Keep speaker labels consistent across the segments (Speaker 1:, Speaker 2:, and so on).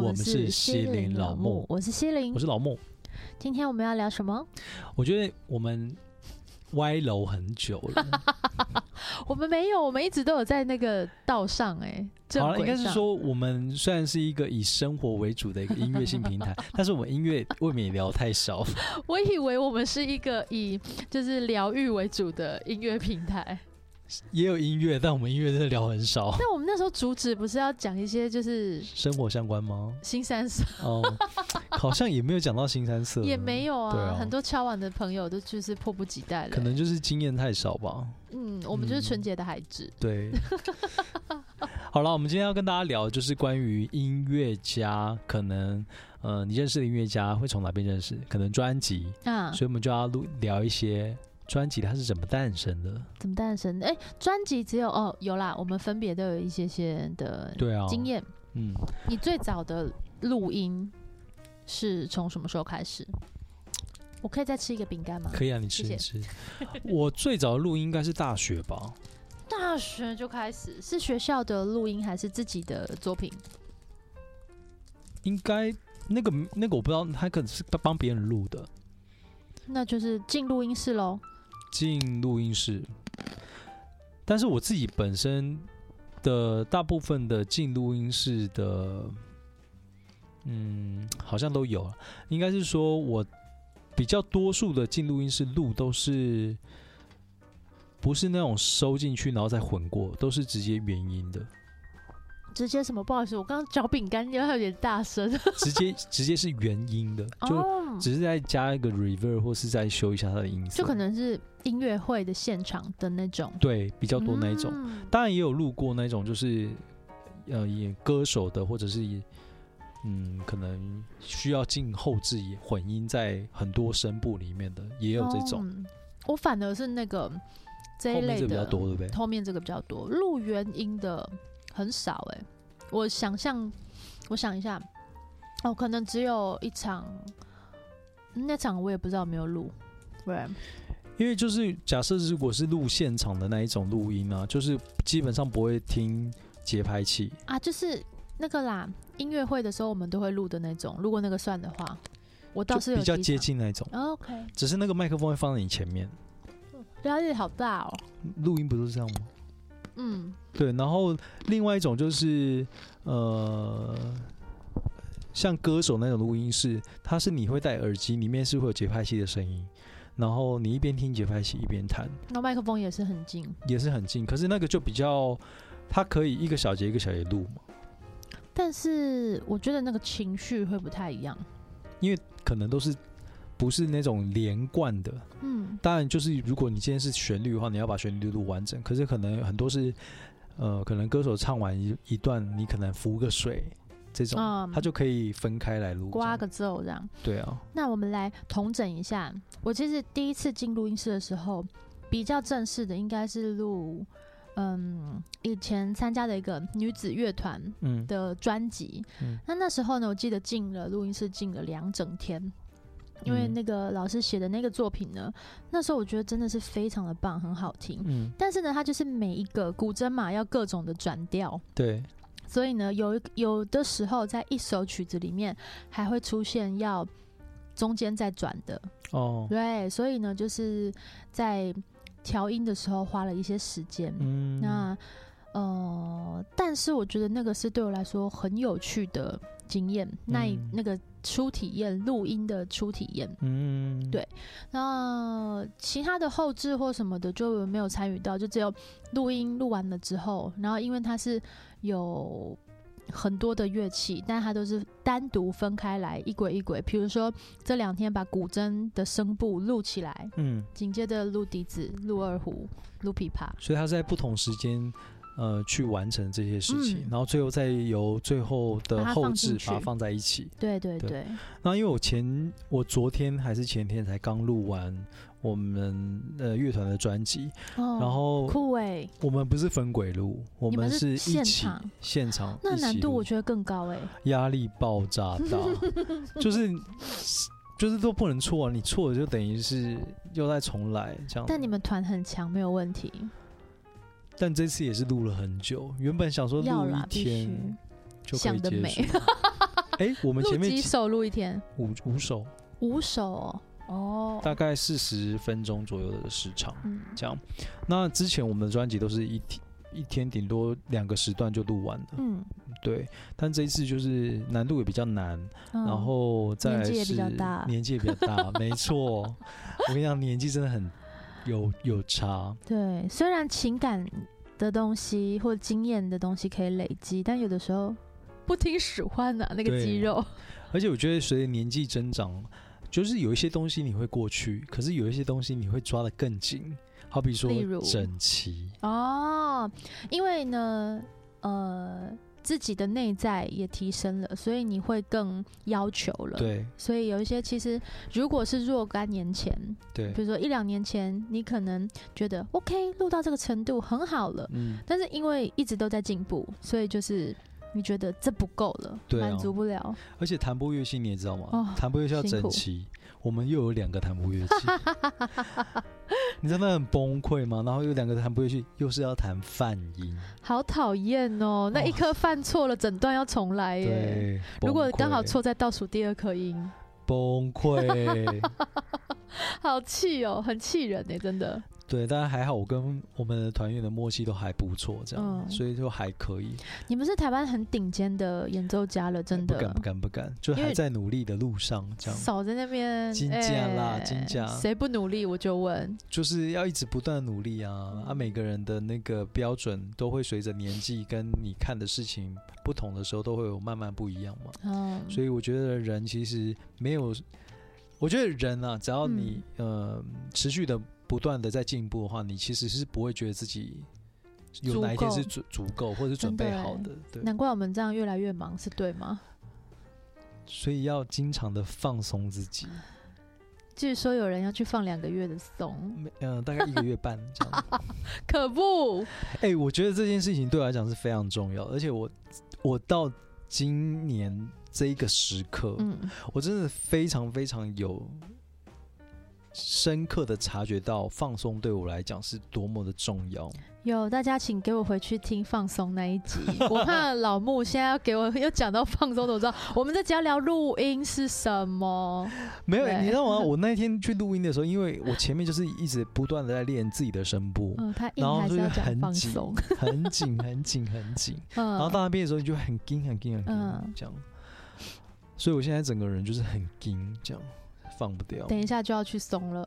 Speaker 1: 们是西林老木
Speaker 2: 我是西林
Speaker 1: 我。是老木。
Speaker 2: 今天我们要聊什么？
Speaker 1: 我觉得我们歪楼很久 了，
Speaker 2: 我们没有，我们一直都有在那个道上哎、正
Speaker 1: 好了，应
Speaker 2: 轨
Speaker 1: 该是
Speaker 2: 上
Speaker 1: 说我们虽然是一个以生活为主的一个音乐性平台，但是我们音乐未免也聊太少。
Speaker 2: 我以为我们是一个以就是疗愈为主的音乐平 台。
Speaker 1: 也有音乐，但我们音乐真的聊很少。
Speaker 2: 那我们那时候主旨不是要讲一些就是
Speaker 1: 生活相关吗？
Speaker 2: 新三色，
Speaker 1: 哦，好像也没有讲到新三色，
Speaker 2: 也没有
Speaker 1: 对
Speaker 2: 啊，
Speaker 1: 啊
Speaker 2: 很多敲碗的朋友都就是迫不及待了、
Speaker 1: 可能就是经验太少吧。
Speaker 2: 嗯，我们就是
Speaker 1: 嗯
Speaker 2: 纯洁的孩子。
Speaker 1: 对，好了，我们今天要跟大家聊，就是关于音乐家，可能呃，你认识的音乐家会从哪边认识？可能专辑，
Speaker 2: 啊，
Speaker 1: 所以我们就要录聊一些专辑它是怎么诞生的。
Speaker 2: 怎么诞生？哎、专辑只有哦，有啦，我们分别都有一些些的
Speaker 1: 对啊，
Speaker 2: 经，验。
Speaker 1: 嗯，
Speaker 2: 你最早的录音是从什么时候开始？我可以再吃一个饼干吗？
Speaker 1: 可以啊，你吃
Speaker 2: 谢
Speaker 1: 你吃。我最早录音应该是大学吧，
Speaker 2: 大学就开始，是学校的录音还是自己的作品？
Speaker 1: 应该那个那个我不知道，他可能是帮别人录的，
Speaker 2: 那就是进录音室喽。
Speaker 1: 进录音室。但是我自己本身的大部分的进录音室的，嗯，好像都有啊。应该是说我比较多数的进录音室录都是不是那种收进去然后再混过，都是直接原 音的，
Speaker 2: 直接什么？不好意思，我刚刚嚼饼干，因为它有点大声。
Speaker 1: 直接直接是原音的， 就
Speaker 2: 哦，
Speaker 1: 只是再加一个 reverb 或是再修一下它的音色，
Speaker 2: 就可能是音乐会的现场的那种，
Speaker 1: 对比较多那一种。
Speaker 2: 嗯
Speaker 1: 当然也有录过那种，就是呃演歌手的，或者是以嗯可能需要进后置也混音在很多声部里面的，也有这种。
Speaker 2: 哦我反而是那个这
Speaker 1: 后
Speaker 2: 一
Speaker 1: 面
Speaker 2: 类
Speaker 1: 这
Speaker 2: 的
Speaker 1: 比较多，对不对？
Speaker 2: 后面这个比较多，录原音的很少哎、我想象，我想一下，哦，可能只有一场，那场我也不知道有没有录，不然
Speaker 1: 因为就是假设如果是录现场的那一种录音啊，就是基本上不会听节拍器。
Speaker 2: 啊，就是那个啦，音乐会的时候我们都会录的那种，如果那个算的话，我倒是
Speaker 1: 就
Speaker 2: 有
Speaker 1: 比较
Speaker 2: 几
Speaker 1: 接
Speaker 2: 场。
Speaker 1: 近那一种，
Speaker 2: 哦 OK，
Speaker 1: 只是那个麦克风会放在你前面，
Speaker 2: 压力好大哦。
Speaker 1: 录音不都是这样吗？
Speaker 2: 嗯，
Speaker 1: 对，然后另外一种就是呃，像歌手那种录音室，它是你会戴耳机，里面是会有节拍器的声音，然后你一边听节拍器一边弹，
Speaker 2: 那麦克风也是很近，
Speaker 1: 也是很近。可是那个就比较，它可以一个小节一个小节录嘛，
Speaker 2: 但是我觉得那个情绪会不太一样。
Speaker 1: 可能都是不是那种连贯的。
Speaker 2: 嗯，
Speaker 1: 当然，就是如果你今天是旋律的话，你要把旋律录完整。可是可能很多是，呃，可能歌手唱完一一段，你可能浮个水这种，
Speaker 2: 嗯
Speaker 1: 它就可以分开来录这样。
Speaker 2: 刮个奏这样。
Speaker 1: 对啊，
Speaker 2: 那我们来统整一下，我其实第一次进录音室的时候，比较正式的应该是录，嗯，以前参加的一个女子乐团
Speaker 1: 嗯，
Speaker 2: 的专辑。
Speaker 1: 嗯
Speaker 2: 那那时候呢，我记得进了录音室，进了两整天。因为
Speaker 1: 嗯
Speaker 2: 那个老师写的那个作品呢，那时候我觉得真的是非常的棒，很好听。
Speaker 1: 嗯，
Speaker 2: 但是呢，它就是每一个古筝嘛，要各种的转调，
Speaker 1: 对，
Speaker 2: 所以呢，有一有的时候在一首曲子里面还会出现要中间再转的，
Speaker 1: 哦，
Speaker 2: 对，所以呢，就是在调音的时候花了一些时间。
Speaker 1: 嗯，
Speaker 2: 那呃，但是我觉得那个是对我来说很有趣的经验，那一、
Speaker 1: 嗯
Speaker 2: 那个初体验录音的初体验。
Speaker 1: 嗯，
Speaker 2: 对那其他的后置或什么的就没有参与到，就只有录音录完了之后，然后因为它是有很多的乐器，但它都是单独分开来一轨一轨。比如说这两天把古筝的声部录起来，
Speaker 1: 嗯，
Speaker 2: 紧接着录笛子、录二胡、录琵琶。
Speaker 1: 所以他在不同时间。呃，去完成这些事情，
Speaker 2: 嗯
Speaker 1: 然后最后再由最后
Speaker 2: 把
Speaker 1: 的
Speaker 2: 它
Speaker 1: 后
Speaker 2: 放进
Speaker 1: 置把它
Speaker 2: 去
Speaker 1: 放在一起。
Speaker 2: 对对
Speaker 1: 对
Speaker 2: 对，
Speaker 1: 那因为我前我昨天还是前天才刚录完我们呃乐团的专辑，
Speaker 2: 哦
Speaker 1: 然后
Speaker 2: 酷哎、
Speaker 1: 我们不是分轨录，我
Speaker 2: 你们是
Speaker 1: 是一
Speaker 2: 现
Speaker 1: 起
Speaker 2: 场
Speaker 1: 现场
Speaker 2: 那
Speaker 1: 一起
Speaker 2: 难度
Speaker 1: 录
Speaker 2: 我觉得更高哎、
Speaker 1: 压力爆炸 大，就是就是都不能错、啊，你错了就等于是又再重来这样。
Speaker 2: 但你们团很强，没有问题。
Speaker 1: 嗯但这次也是录了很久，原本想说
Speaker 2: 要
Speaker 1: 录一
Speaker 2: 啦，必须
Speaker 1: 天就可
Speaker 2: 想
Speaker 1: 以
Speaker 2: 得
Speaker 1: 结
Speaker 2: 美
Speaker 1: 束，哎，我 们
Speaker 2: 录
Speaker 1: 前面
Speaker 2: 几
Speaker 1: 几
Speaker 2: 首录一天？
Speaker 1: 五五首，
Speaker 2: 五首哦。哦
Speaker 1: 大概四十分钟左右的时长，
Speaker 2: 嗯，
Speaker 1: 这样。那之前我们的专辑都是一天一天顶多两个时段就录完了，
Speaker 2: 嗯，
Speaker 1: 对。但这一次就是难度也比较难，
Speaker 2: 嗯
Speaker 1: 然后再来
Speaker 2: 年纪也
Speaker 1: 是
Speaker 2: 比较大
Speaker 1: 年纪也比较大没错。我跟你讲，年纪真的很有有差，
Speaker 2: 对，虽然情感的东西或经验的东西可以累积，但有的时候不听使唤呐、那个
Speaker 1: 对
Speaker 2: 肌肉。
Speaker 1: 而且我觉得随着年纪增长，就是有一些东西你会过去，可是有一些东西你会抓得更紧，好比说
Speaker 2: 例如
Speaker 1: 整齐，
Speaker 2: 哦，因为呢，呃，自己的内在也提升了，所以你会更要求了。，
Speaker 1: 对
Speaker 2: 所以有一些其实如果是若干年前，
Speaker 1: 对
Speaker 2: 比，如说一两年前，你可能觉得 OK，录到这个程度很好了，
Speaker 1: 嗯。
Speaker 2: 但是因为一直都在进步，所以就是你觉得这不够了，
Speaker 1: 对啊
Speaker 2: 满足不了。
Speaker 1: 而且弹拨乐器你也知道吗
Speaker 2: 哦？
Speaker 1: 弹拨乐器要
Speaker 2: 辛
Speaker 1: 整
Speaker 2: 苦
Speaker 1: 齐，我们又有两个弹拨 乐器，你真的很崩溃吗？然后有两个弹拨乐器，又是要弹泛音，
Speaker 2: 好讨厌哦！那一颗犯错了，整段要重来耶。
Speaker 1: 对，
Speaker 2: 如果
Speaker 1: 崩溃
Speaker 2: 刚好错在倒数第二颗音，
Speaker 1: 崩溃，
Speaker 2: 好气哦，很气人哎，真的。
Speaker 1: 对，但还好我跟我们的团员的默契都还不错，这样，
Speaker 2: 嗯
Speaker 1: 所以就还可以，
Speaker 2: 你们是台湾很顶尖的演奏家了，真
Speaker 1: 不
Speaker 2: 的。
Speaker 1: 敢不敢不敢，就
Speaker 2: 因
Speaker 1: 还
Speaker 2: 为
Speaker 1: 在努力的路上，这样
Speaker 2: 少在那边
Speaker 1: 金价啦
Speaker 2: 哎
Speaker 1: 金价
Speaker 2: 谁不努力我就问。
Speaker 1: 就是要一直不断地努力啊，
Speaker 2: 嗯
Speaker 1: 啊，每个人的那个标准都会随着年纪跟你看的事情不同的时候，都会有慢慢不一样嘛。
Speaker 2: 嗯，
Speaker 1: 所以我觉得人其实没有，我觉得人啊，只要你、
Speaker 2: 嗯
Speaker 1: 呃持续的不断的在进步的话，你其实是不会觉得自己有
Speaker 2: 足
Speaker 1: 哪一天
Speaker 2: 够
Speaker 1: 是足足够或者是
Speaker 2: 真
Speaker 1: 准
Speaker 2: 的
Speaker 1: 备
Speaker 2: 欸
Speaker 1: 好的，对，
Speaker 2: 难怪我们这样越来越忙，是对吗？
Speaker 1: 所以要经常的放松自己，
Speaker 2: 据说有人要去放两个月的 松，
Speaker 1: 嗯、呃大概一个月半这样。
Speaker 2: 可不，
Speaker 1: 哎、我觉得这件事情对我来讲是非常重要的，而且我我到今年这一个时刻，
Speaker 2: 嗯，
Speaker 1: 我真的非常非常有深刻的察觉到放松对我来讲是多么的重要。
Speaker 2: 有大家请给我回去听放松那一集， 我怕老木现在要给我又讲到放松的，我知道我们这集要聊录音是什么，
Speaker 1: 没有，
Speaker 2: 对
Speaker 1: 你知道吗？ 我那天去录音的时候，因为我前面就是一直不断的在练自己的声部，
Speaker 2: 嗯，他
Speaker 1: 然
Speaker 2: 硬
Speaker 1: 后
Speaker 2: 还
Speaker 1: 就是是
Speaker 2: 要讲
Speaker 1: 很
Speaker 2: 放
Speaker 1: 紧
Speaker 2: 松，
Speaker 1: 很紧、很紧、很紧。
Speaker 2: 嗯，
Speaker 1: 然后到那边的时候，你就很紧、很紧、很紧
Speaker 2: 嗯
Speaker 1: 这样。所以我现在整个人就是很紧，这样放不掉。
Speaker 2: 等一下就要去松了，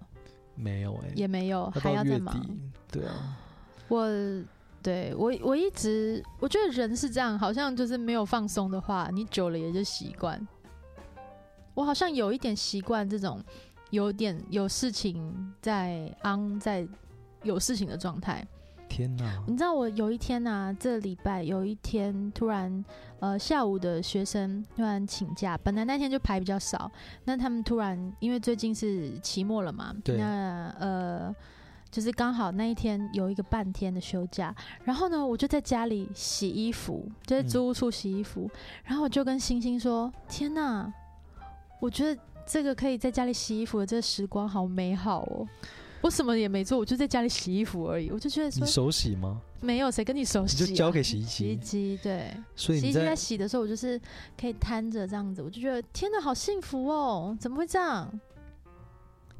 Speaker 1: 没有哎、
Speaker 2: 也没有，还
Speaker 1: 到
Speaker 2: 要再
Speaker 1: 月
Speaker 2: 忙，
Speaker 1: 底，对啊，
Speaker 2: 我对我我一直我觉得人是这样，好像就是没有放松的话，你久了也就习惯。我好像有一点习惯这种有点有事情在昂在有事情的状态。
Speaker 1: 天哪！
Speaker 2: 你知道我有一天啊，这礼拜有一天突然呃下午的学生突然请假，本来那天就排比较少，那他们突然因为最近是期末了嘛，
Speaker 1: 对
Speaker 2: 那呃就是刚好那一天有一个半天的休假，然后呢我就在家里洗衣服，就在
Speaker 1: 嗯
Speaker 2: 租屋处洗衣服，然后我就跟星星说：“天哪，我觉得这个可以在家里洗衣服的这个时光好美好哦。”我什么也没做，我就在家里洗衣服而已。我就觉得说
Speaker 1: 你，手洗吗？
Speaker 2: 没有谁跟你熟
Speaker 1: 你
Speaker 2: 悉、啊，
Speaker 1: 就交给洗衣
Speaker 2: 洗衣
Speaker 1: 机。
Speaker 2: 机。对，
Speaker 1: 所以
Speaker 2: 洗
Speaker 1: 你
Speaker 2: 衣机在
Speaker 1: 在
Speaker 2: 洗的时候，我就是可以摊着这样子，我就觉得天哪，好幸福哦！怎么会这样？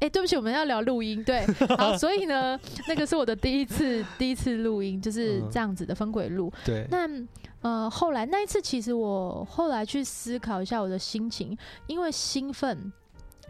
Speaker 2: 哎、对不起，我们要聊录音， 对，好，所以呢，那个是我的第一次，第一次录音就是
Speaker 1: 嗯
Speaker 2: 这样子的分轨录。
Speaker 1: 对
Speaker 2: 那呃，后来那一次，其实我后来去思考一下我的心情，因为兴奋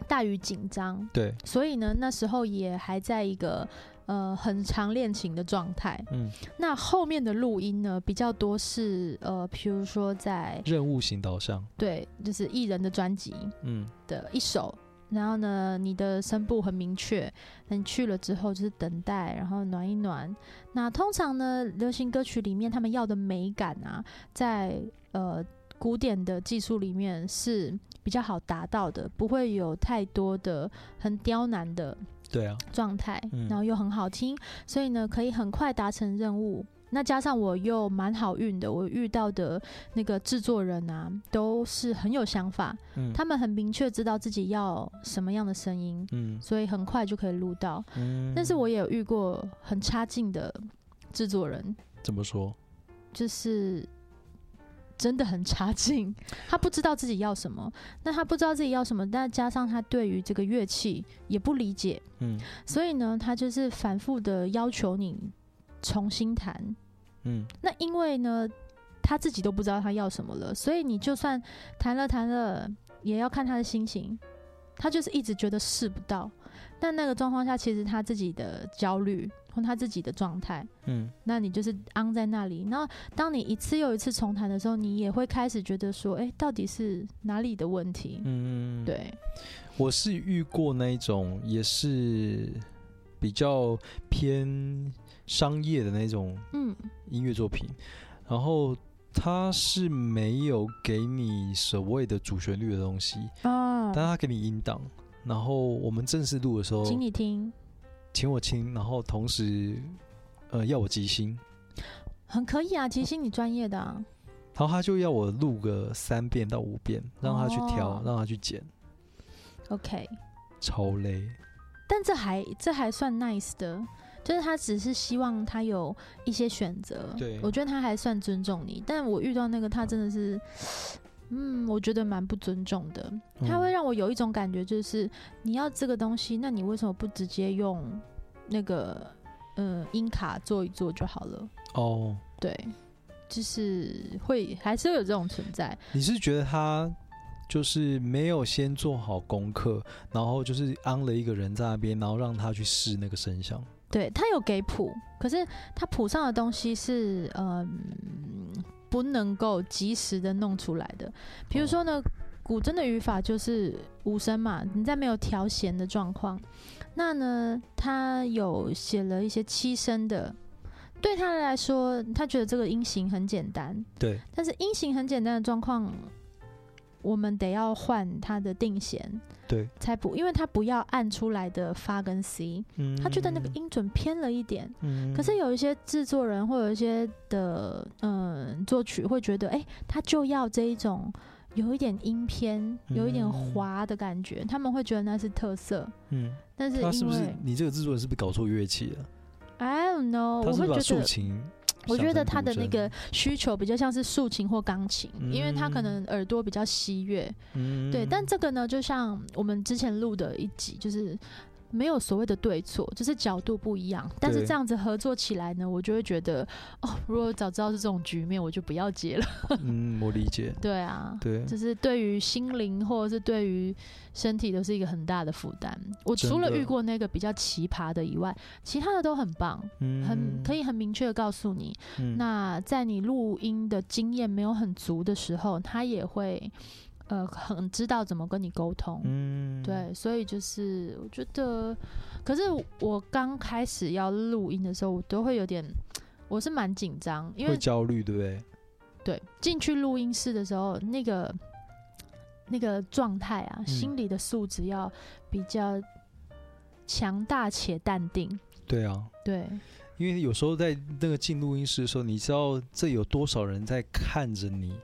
Speaker 2: 大于紧张，
Speaker 1: 对，
Speaker 2: 所以呢，那时候也还在一个呃很长恋情的状态。
Speaker 1: 嗯，
Speaker 2: 那后面的录音呢，比较多是呃，譬如说在
Speaker 1: 任务型导向，
Speaker 2: 对，就是艺人的专辑
Speaker 1: 嗯，
Speaker 2: 的一首。然后呢，你的声部很明确，那你去了之后就是等待，然后暖一暖。那通常呢，流行歌曲里面他们要的美感啊，在呃古典的技术里面是比较好达到的，不会有太多的很刁难的
Speaker 1: 对啊，
Speaker 2: 状态
Speaker 1: 嗯，
Speaker 2: 然后又很好听，所以呢，可以很快达成任务。那加上我又蛮好运的，我遇到的那个制作人啊，都是很有想法，
Speaker 1: 嗯，
Speaker 2: 他们很明确知道自己要什么样的声音，
Speaker 1: 嗯
Speaker 2: 所以很快就可以录到。
Speaker 1: 嗯，
Speaker 2: 但是我也有遇过很差劲的制作人，
Speaker 1: 怎么说？
Speaker 2: 就是真的很差劲， 他不知道自己要什么。那他不知道自己要什么，但加上他对于这个乐器也不理解，
Speaker 1: 嗯
Speaker 2: 所以呢，他就是反复的要求你重新弹。
Speaker 1: 嗯
Speaker 2: 那因为呢，他自己都不知道他要什么了，所以你就算谈了谈了，也要看他的心情。他就是一直觉得试不到，但那个状况下，其实他自己的焦虑和他自己的状态，
Speaker 1: 嗯
Speaker 2: 那你就是昂在那里。那当你一次又一次重弹的时候，你也会开始觉得说，诶，到底是哪里的问题？
Speaker 1: 嗯，嗯，
Speaker 2: 对，
Speaker 1: 我是遇过那一种也是比较偏商业的那种
Speaker 2: 嗯
Speaker 1: 音乐作品，然后它是没有给你所谓的主旋律的东西，
Speaker 2: 啊
Speaker 1: 但，它给你音档。然后我们正式录的时候，
Speaker 2: 嗯请你听，
Speaker 1: 请我听，然后同时呃要我即兴，
Speaker 2: 很可以啊，其实你专业的、啊，
Speaker 1: 然后他就要我录个三遍到五遍，让他去挑，
Speaker 2: 哦
Speaker 1: 让他去剪，
Speaker 2: OK，
Speaker 1: 超累。
Speaker 2: 但这还这还算 nice 的，就是他只是希望他有一些选择。
Speaker 1: 对
Speaker 2: 我觉得他还算尊重你，但我遇到那个他真的是， 嗯，我觉得蛮不尊重的。
Speaker 1: 嗯
Speaker 2: 他会让我有一种感觉，就是你要这个东西，那你为什么不直接用那个嗯音卡做一做就好了？
Speaker 1: 哦，
Speaker 2: 对，就是会还是会有这种存在。
Speaker 1: 你是觉得他就是没有先做好功课，然后就是安了一个人在那边，然后让他去试那个声响。
Speaker 2: 对他有给谱，可是他谱上的东西是嗯不能够及时的弄出来的。比如说呢，古筝的语法就是五声嘛，你在没有调弦的状况，那呢他有写了一些七声的。对他来说，他觉得这个音型很简单，
Speaker 1: 对，
Speaker 2: 但是音型很简单的状况，我们得要换它的定弦，
Speaker 1: 对，
Speaker 2: 才不，因为他不要按出来的发跟 C，
Speaker 1: 嗯
Speaker 2: 他觉得那个，音准偏了一点。
Speaker 1: 嗯
Speaker 2: 可是有一些制作人或有一些的嗯作曲会觉得，哎、他就要这一种有一点音偏、有一点
Speaker 1: 嗯
Speaker 2: 滑的感觉，他们会觉得那是特色。
Speaker 1: 嗯，
Speaker 2: 但是因
Speaker 1: 他
Speaker 2: 为
Speaker 1: 是不是你这个制作人是不是搞错乐器了？
Speaker 2: I don't know，
Speaker 1: 他
Speaker 2: 哦我
Speaker 1: 是不是把
Speaker 2: 会觉
Speaker 1: 竖
Speaker 2: 得。
Speaker 1: 琴
Speaker 2: 我觉得
Speaker 1: 想成
Speaker 2: 他的
Speaker 1: 古筝
Speaker 2: 那个需求比较像是竖琴或钢琴，因为他可能耳朵比较稀乐，
Speaker 1: 嗯
Speaker 2: 对，但这个呢，就像我们之前录的一集，就是没有所谓的对错，就是角度不一样。但是
Speaker 1: 对
Speaker 2: 这样子合作起来呢，我就会觉得，哦，如果早知道是这种局面，我就不要接了。
Speaker 1: 嗯，我理解，
Speaker 2: 对啊，
Speaker 1: 对，
Speaker 2: 就是对于心灵或者是对于身体都是一个很大的负担。我
Speaker 1: 真
Speaker 2: 除了
Speaker 1: 的
Speaker 2: 遇过那个比较奇葩的以外，其他的都很棒，很可
Speaker 1: 以，
Speaker 2: 以很明确的告诉你，
Speaker 1: 嗯
Speaker 2: 那在你录音的经验没有很足的时候，他也会。呃，很知道怎么跟你沟通，
Speaker 1: 嗯，
Speaker 2: 对，所以就是我觉得，可是我刚开始要录音的时候，我都会有点，我是蛮紧张，因
Speaker 1: 会
Speaker 2: 为
Speaker 1: 焦虑，对不对？
Speaker 2: 对进去录音室的时候，那个那个状态啊，
Speaker 1: 嗯
Speaker 2: 心理的素质要比较强大且淡定。
Speaker 1: 对啊，
Speaker 2: 对，
Speaker 1: 因为有时候在那个进录音室的时候，你知道这有多少人在看着你，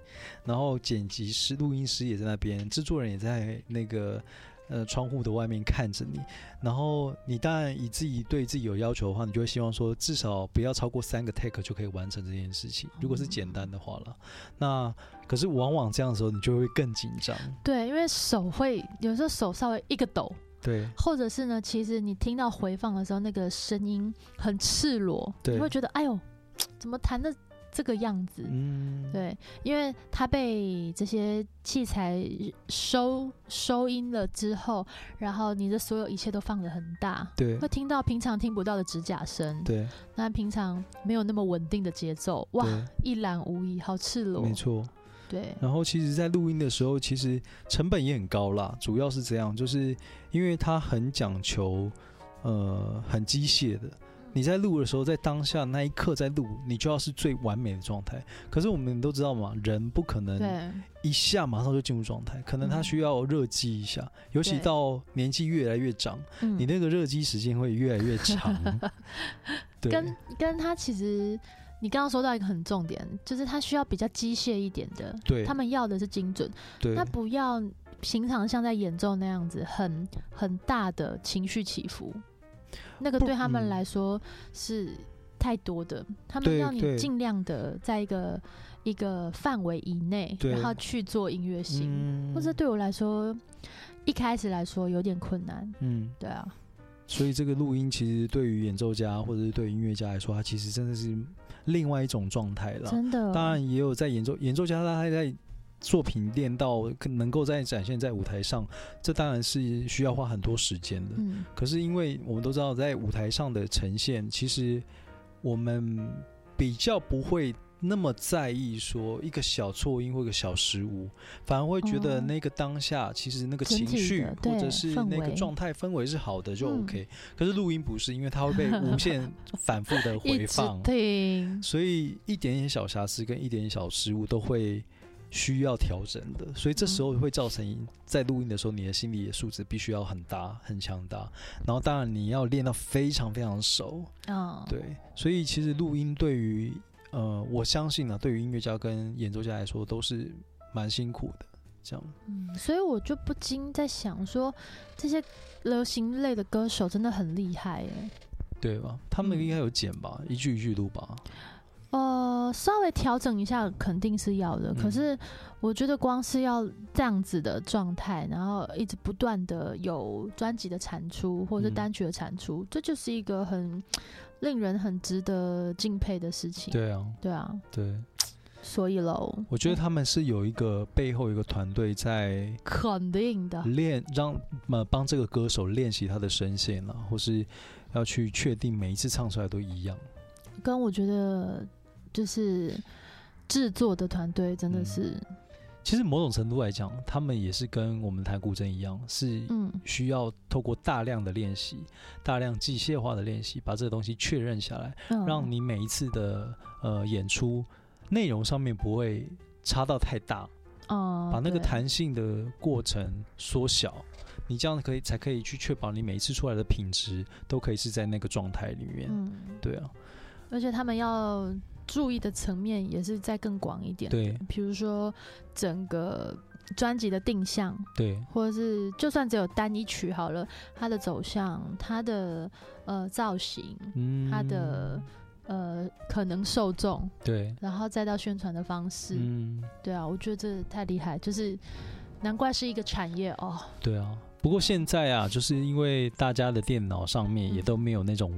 Speaker 1: 然后剪辑师、录音师也在那边，制作人也在那个呃窗户的外面看着你。然后你当然以自己对自己有要求的话，你就会希望说至少不要超过三个 take 就可以完成这件事情。如果是简单的话了，那可是往往这样的时候，你就会更紧张。
Speaker 2: 对，因为手会有时候手稍微一个抖，
Speaker 1: 对，
Speaker 2: 或者是呢，其实你听到回放的时候，那个声音很赤裸，
Speaker 1: 对
Speaker 2: 你会觉得哎呦，怎么弹的这个样子？
Speaker 1: 嗯，，
Speaker 2: 对，因为它被这些器材收收音了之后，然后你的所有一切都放得很大，
Speaker 1: 对
Speaker 2: 会，听到平常听不到的指甲声，
Speaker 1: 对，
Speaker 2: 那平常没有那么稳定的节奏，哇，
Speaker 1: 对
Speaker 2: 一览无遗，好赤裸
Speaker 1: 没，错。
Speaker 2: 对，
Speaker 1: 然后其实，在录音的时候，其实成本也很高啦，主要是这样，就是因为它很讲求，呃，很机械的。你在录的时候，在当下那一刻在录，你就要是最完美的状态。可是我们都知道嘛，人不可能
Speaker 2: 对，
Speaker 1: 一下马上就进入状态，可能他
Speaker 2: 嗯
Speaker 1: 需要热机一下，尤其
Speaker 2: 对
Speaker 1: 到年纪越来越长，
Speaker 2: 嗯
Speaker 1: 你那个热机时间会越来越 长。对，
Speaker 2: 跟跟他其实，你刚刚说到一个很重点，就是他需要比较机械一点的，
Speaker 1: 对
Speaker 2: 他们要的是精准，
Speaker 1: 对
Speaker 2: 他不要平常像在演奏那样子很很大的情绪起伏，那个
Speaker 1: 不
Speaker 2: 对他们
Speaker 1: 嗯
Speaker 2: 来说是太多的，他们
Speaker 1: 对
Speaker 2: 要你
Speaker 1: 对
Speaker 2: 尽量的在一个一个范围以内，
Speaker 1: 对
Speaker 2: 然后去做音乐性。
Speaker 1: 嗯
Speaker 2: 或者对我来说，一开始来说有点困难，
Speaker 1: 嗯，
Speaker 2: 对啊，
Speaker 1: 所以这个录音其实对于演奏家或者是对音乐家来说，它其实真的是另外一种状态了。
Speaker 2: 真的。
Speaker 1: 啊当然也有在演奏演奏家，他还在作品练到可能够再展现在舞台上，这当然是需要花很多时间的。
Speaker 2: 嗯，
Speaker 1: 可是因为我们都知道，在舞台上的呈现，其实我们比较不会那么在意说一个小错音或一个小失误，反而会觉得
Speaker 2: 哦
Speaker 1: 那个当下其实那个
Speaker 2: 整
Speaker 1: 情
Speaker 2: 体
Speaker 1: 绪
Speaker 2: 的对
Speaker 1: 或者是
Speaker 2: 氛
Speaker 1: 那个
Speaker 2: 围
Speaker 1: 状态氛围是好的就
Speaker 2: 嗯
Speaker 1: OK。可是录音不是，因为它会被无限反复 的
Speaker 2: 一
Speaker 1: 回
Speaker 2: 直
Speaker 1: 放，
Speaker 2: 听，
Speaker 1: 所以一点点小瑕疵跟一点点小失误都会需要调整的，所以这时候会造成在录音的时候，你的心理的素质必须要很大、很强大。然后当然你要练到非常非常熟，
Speaker 2: 嗯，
Speaker 1: 对。所以其实录音对于呃，我相信呢，对于音乐家跟演奏家来说都是蛮辛苦的。这样，
Speaker 2: 嗯，所以我就不禁在想说，这些流行类的歌手真的很厉害耶。
Speaker 1: 对吧？他们应该有剪吧，一句一句录吧。
Speaker 2: 呃，稍微调整一下肯定是要的，可
Speaker 1: 嗯
Speaker 2: 是我觉得光是要这样子的状态，然后一直不断的有专辑的产出或者是
Speaker 1: 嗯
Speaker 2: 单曲的产出，这就是一个很令人很值得敬佩的事情。
Speaker 1: 对啊，
Speaker 2: 对啊，
Speaker 1: 对，
Speaker 2: 所以喽，
Speaker 1: 我觉得他们是有一个背后有一个团队在
Speaker 2: 肯定的，
Speaker 1: 练让呃帮这个歌手练习他的声线啊，或是要去确定每一次唱出来都一样。
Speaker 2: 跟我觉得就是制作的团队真的
Speaker 1: 嗯
Speaker 2: 是，
Speaker 1: 其实某种程度来讲，他们也是跟我们弹古筝一样，是
Speaker 2: 嗯
Speaker 1: 需要透过大量的练习、大量机械化的练习，把这个东西确认下来，
Speaker 2: 嗯，
Speaker 1: 让你每一次的呃演出内容上面不会差到太大，
Speaker 2: 嗯
Speaker 1: 把那个
Speaker 2: 对
Speaker 1: 弹性的过程缩小。你这样可以才可以去确保你每一次出来的品质都可以是在那个状态里面。
Speaker 2: 嗯，
Speaker 1: 对啊，
Speaker 2: 而且他们要注意的层面也是再更广一点，，
Speaker 1: 对
Speaker 2: 比如说整个专辑的定向，
Speaker 1: 对，
Speaker 2: 或者是就算只有单一曲好了，它的走向、它的呃造型、
Speaker 1: 嗯
Speaker 2: 它的、呃可能受众，
Speaker 1: 对，
Speaker 2: 然后再到宣传的方式，
Speaker 1: 嗯，
Speaker 2: 对啊，我觉得这太厉害，就是难怪是一个产业哦，
Speaker 1: 对啊。不过现在啊，就是因为大家的电脑上面也
Speaker 2: 嗯
Speaker 1: 都没有那种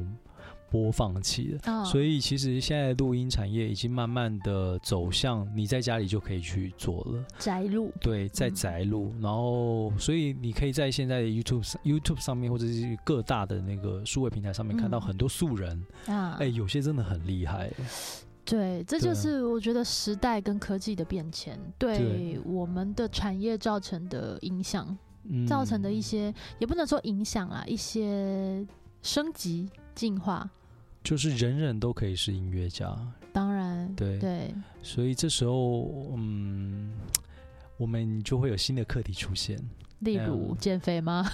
Speaker 1: 播放器了，
Speaker 2: 嗯，
Speaker 1: 所以其实现在录音产业已经慢慢的走向你在家里就可以去做了。
Speaker 2: 摘录，
Speaker 1: 对，在
Speaker 2: 嗯
Speaker 1: 宅录，然后所以你可以在现在的 YouTube 上 YouTube 上面或者是各大的那个数位平台上面看到
Speaker 2: 嗯
Speaker 1: 很多素人，
Speaker 2: 啊，
Speaker 1: 哎、有些真的很厉害。
Speaker 2: 对，这
Speaker 1: 对
Speaker 2: 就
Speaker 1: 啊
Speaker 2: 是我觉得时代跟科技的变迁对
Speaker 1: 对
Speaker 2: 我们的产业造成的影响，
Speaker 1: 嗯
Speaker 2: 造成的一些、也不能说影响啊，一些升级进化。
Speaker 1: 就是人人都可以是音乐家，
Speaker 2: 当然，
Speaker 1: 对
Speaker 2: 对，
Speaker 1: 所以这时候，嗯，我们就会有新的课题出现。
Speaker 2: 例如
Speaker 1: 嗯
Speaker 2: 减肥吗？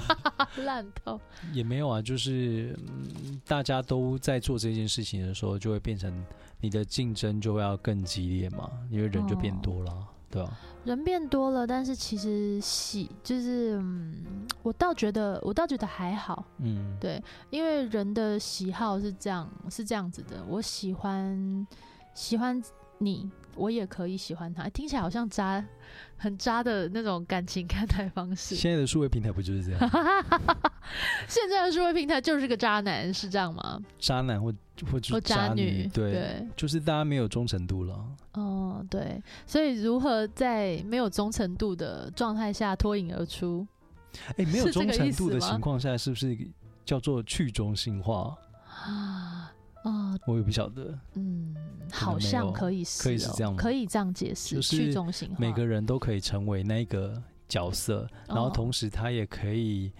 Speaker 2: 烂透，
Speaker 1: 也没有啊，就是、嗯、大家都在做这件事情的时候，就会变成你的竞争就会要更激烈嘛，因为人就变多
Speaker 2: 哦
Speaker 1: 了啊，对吧、
Speaker 2: 人变多了，但是其实喜就是，嗯，我倒觉得，我倒觉得还好，
Speaker 1: 嗯，
Speaker 2: 对因为人的喜好是这样，是这样子的。我喜欢喜欢你，我也可以喜欢他。听起来好像渣，很渣的那种感情 看待方式。
Speaker 1: 现在的数位平台不就是这样，
Speaker 2: 现在的社会平台就是个渣男，是这样吗？
Speaker 1: 渣男或或者
Speaker 2: 或
Speaker 1: 是渣
Speaker 2: 女？
Speaker 1: 对，
Speaker 2: 对，
Speaker 1: 就是大家没有忠诚度了。
Speaker 2: 嗯，对。所以如何在没有忠诚度的状态下脱颖而出？
Speaker 1: 哎，没 有
Speaker 2: 是这
Speaker 1: 忠
Speaker 2: 个意
Speaker 1: 诚
Speaker 2: 思
Speaker 1: 度的
Speaker 2: 吗
Speaker 1: 情况下，是不是叫做去中心化？
Speaker 2: 啊啊，
Speaker 1: 我也不晓得，
Speaker 2: 嗯，好
Speaker 1: 没
Speaker 2: 像
Speaker 1: 有
Speaker 2: 可以是、哦，
Speaker 1: 可以是这样吗
Speaker 2: 可以这样解释，
Speaker 1: 就是
Speaker 2: 去中心化。
Speaker 1: 每个人都可以成为那个角色，然后
Speaker 2: 哦
Speaker 1: 同时他也可以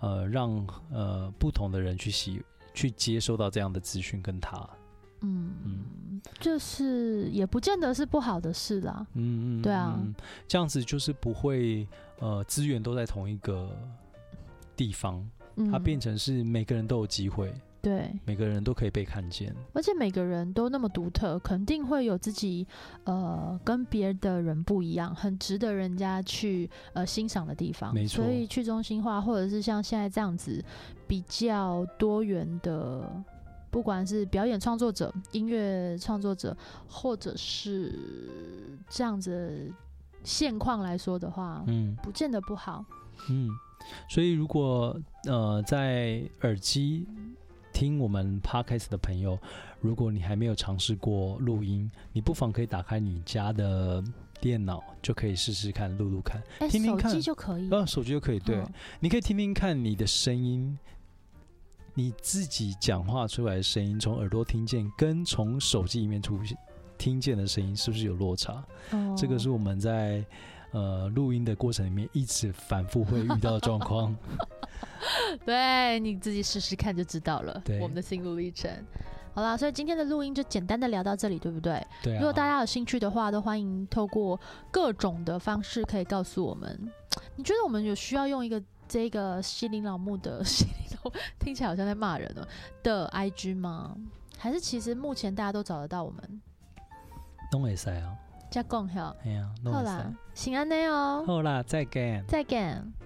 Speaker 1: 呃让呃不同的人去喜去接收到这样的资讯跟他，
Speaker 2: 嗯，就是也不见得是不好的事啦。
Speaker 1: 嗯嗯，
Speaker 2: 对啊
Speaker 1: 嗯这样子就是不会呃资源都在同一个地方，
Speaker 2: 嗯，
Speaker 1: 它变成是每个人都有机会，
Speaker 2: 对，
Speaker 1: 每个人都可以被看见，
Speaker 2: 而且每个人都那么独特，肯定会有自己呃跟别的人不一样，很值得人家去呃欣赏的地方。
Speaker 1: 没
Speaker 2: 所
Speaker 1: 错
Speaker 2: 以去中心化，或者是像现在这样子比较多元的。不管是表演创作者、音乐创作者，或者是这样子的现况来说的话，
Speaker 1: 嗯
Speaker 2: 不见得不好。
Speaker 1: 嗯，所以如果呃在耳机听我们 podcast 的朋友，如果你还没有尝试过录音，你不妨可以打开你家的电脑，就可以试试看录录看，
Speaker 2: 哎、
Speaker 1: 听听
Speaker 2: 手
Speaker 1: 看
Speaker 2: 机就可以。
Speaker 1: 呃，手机就可以对。
Speaker 2: 嗯
Speaker 1: 你可以听听看你的声音，你自己讲话出来的声音，从耳朵听见跟从手机里面出现听见的声音是不是有落差？
Speaker 2: 哦
Speaker 1: 这个是我们在呃录音的过程里面一直反复会遇到的状况。
Speaker 2: 对，你自己试试看就知道了。
Speaker 1: 对
Speaker 2: 我们的心路历程。好啦，所以今天的录音就简单的聊到这里，对不对？
Speaker 1: 对啊，
Speaker 2: 如果大家有兴趣的话，都欢迎透过各种的方式可以告诉我们。你觉得我们有需要用一个这个西林老木的西林老木， 听起来好像在骂人哦的 IG 吗？还是其实目前大家都找得到我们？
Speaker 1: 弄会塞啊，
Speaker 2: 加共哈，
Speaker 1: 哎呀，弄
Speaker 2: 好
Speaker 1: 会
Speaker 2: 啦
Speaker 1: 塞。，
Speaker 2: 平安内哦，
Speaker 1: 好啦，再见。
Speaker 2: 再见。